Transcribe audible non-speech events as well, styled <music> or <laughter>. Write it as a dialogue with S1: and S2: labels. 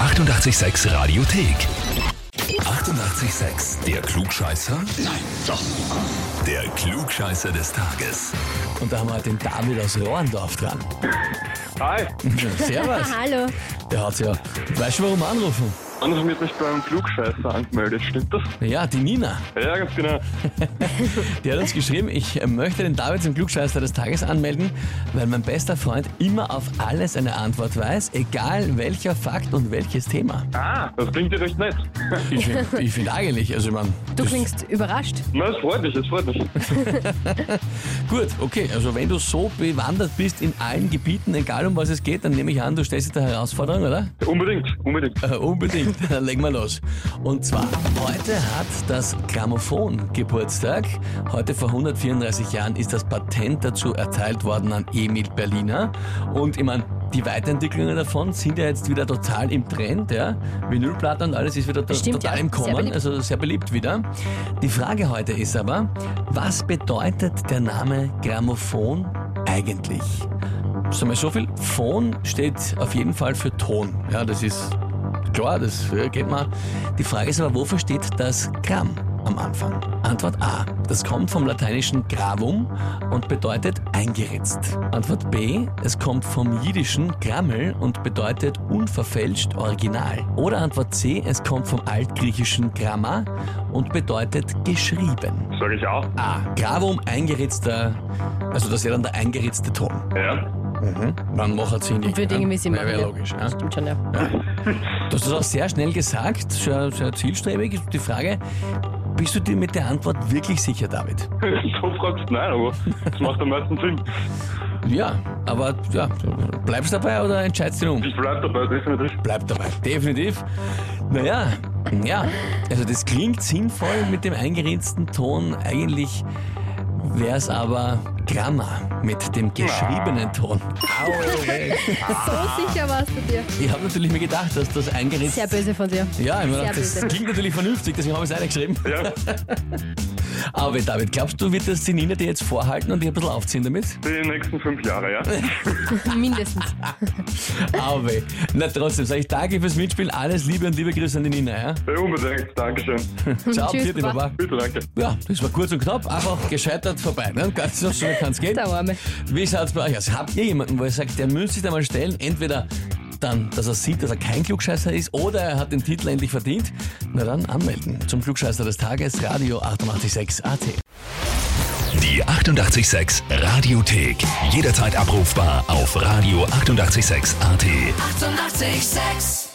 S1: 886 Radiothek. 88,6. Der Klugscheißer? Nein, doch. Der Klugscheißer des Tages.
S2: Und da haben wir halt den David aus Rohrendorf dran.
S3: Hi,
S2: Servus.
S4: <laughs> Hallo.
S2: Der hat's ja. Weißt du, warum wir anrufen?
S3: Anrufen wird mich beim Klugscheißer angemeldet, stimmt das?
S2: Ja, die Nina.
S3: Ja, ganz genau.
S2: Die hat uns geschrieben, ich äh, möchte den David zum Klugscheißer des Tages anmelden, weil mein bester Freund immer auf alles eine Antwort weiß, egal welcher Fakt und welches Thema.
S3: Ah, das klingt ja recht nett.
S2: Ich finde ich find eigentlich, also ich meine.
S4: Du klingst überrascht.
S3: Na, es freut mich, es freut mich.
S2: Gut, okay, also wenn du so bewandert bist in allen Gebieten, egal um was es geht, dann nehme ich an, du stellst dich der Herausforderung, oder?
S3: Unbedingt, unbedingt.
S2: Äh, unbedingt, <laughs> dann legen wir los. Und zwar, heute hat das Grammophon Geburtstag. Heute vor 134 Jahren ist das Patent dazu erteilt worden an Emil Berliner. Und ich meine, die Weiterentwicklungen davon sind ja jetzt wieder total im Trend. Ja? Vinylplatte und alles ist wieder to
S4: Stimmt,
S2: total
S4: ja.
S2: im
S4: Sehr
S2: Kommen,
S4: beliebt.
S2: also sehr beliebt wieder. Die Frage heute ist aber, was bedeutet der Name Grammophon eigentlich? Sagen wir so viel, Phon steht auf jeden Fall für Ton. Ja, das ist klar, das äh, geht mal. Die Frage ist aber, wofür steht das Gramm am Anfang? Antwort A. Das kommt vom lateinischen gravum und bedeutet eingeritzt. Antwort B. Es kommt vom jiddischen grammel und bedeutet unverfälscht original. Oder Antwort C. Es kommt vom altgriechischen gramma und bedeutet geschrieben.
S3: Sag ich auch.
S2: A. Gravum eingeritzter, also das wäre dann der eingeritzte Ton.
S3: Ja. <laughs>
S2: Dann macht es
S4: Und wird irgendwie Sinn machen.
S2: Wäre
S4: ja.
S2: logisch. Ja.
S4: Stimmt schon, ja.
S2: Du hast das auch sehr schnell gesagt, sehr, sehr zielstrebig. Die Frage, bist du dir mit der Antwort wirklich sicher, David?
S3: So fragst du nein, aber das macht am meisten Sinn.
S2: Ja, aber ja, bleibst dabei oder entscheidest du um?
S3: Ich bleib dabei, definitiv.
S2: Bleib dabei, definitiv. Naja, ja, also das klingt sinnvoll mit dem eingeritzten Ton. Eigentlich wäre es aber Grammar mit dem geschriebenen Ton.
S4: So Oh, sicher warst du dir.
S2: Ich habe natürlich mir gedacht, dass das eingeritzt...
S4: Sehr böse von <laughs> dir.
S2: Ja, ich meine,
S4: Sehr
S2: das
S4: böse.
S2: klingt natürlich vernünftig, deswegen habe ich es reingeschrieben.
S3: Ja,
S2: Aber David, glaubst du, wird das die Nina dir jetzt vorhalten und dich ein bisschen aufziehen damit?
S3: die nächsten fünf Jahre, ja.
S4: Mindestens.
S2: Aber na trotzdem, sage ich danke fürs Mitspielen, alles Liebe und liebe Grüße an die
S4: <laughs>
S2: Nina.
S3: ja unbedingt, Dankeschön.
S2: Ja? Ciao,
S4: Tschüss,
S2: vierte
S4: Baba.
S2: Baba.
S3: Bitte, danke.
S2: Ja, das war kurz und knapp, einfach gescheitert vorbei. Ne? Ganz so schnell kann es gehen.
S4: Der Arme.
S2: Wie schaut's bei euch aus? Habt ihr jemanden, wo ihr sagt, der müsste sich da mal stellen? Entweder dann, dass er sieht, dass er kein Klugscheißer ist oder er hat den Titel endlich verdient. Na dann anmelden zum Klugscheißer des Tages, Radio 886 AT.
S1: Die 88,6 Radiothek. Jederzeit abrufbar auf radio886.at. 88,6.
S5: Eighty-eight, sex.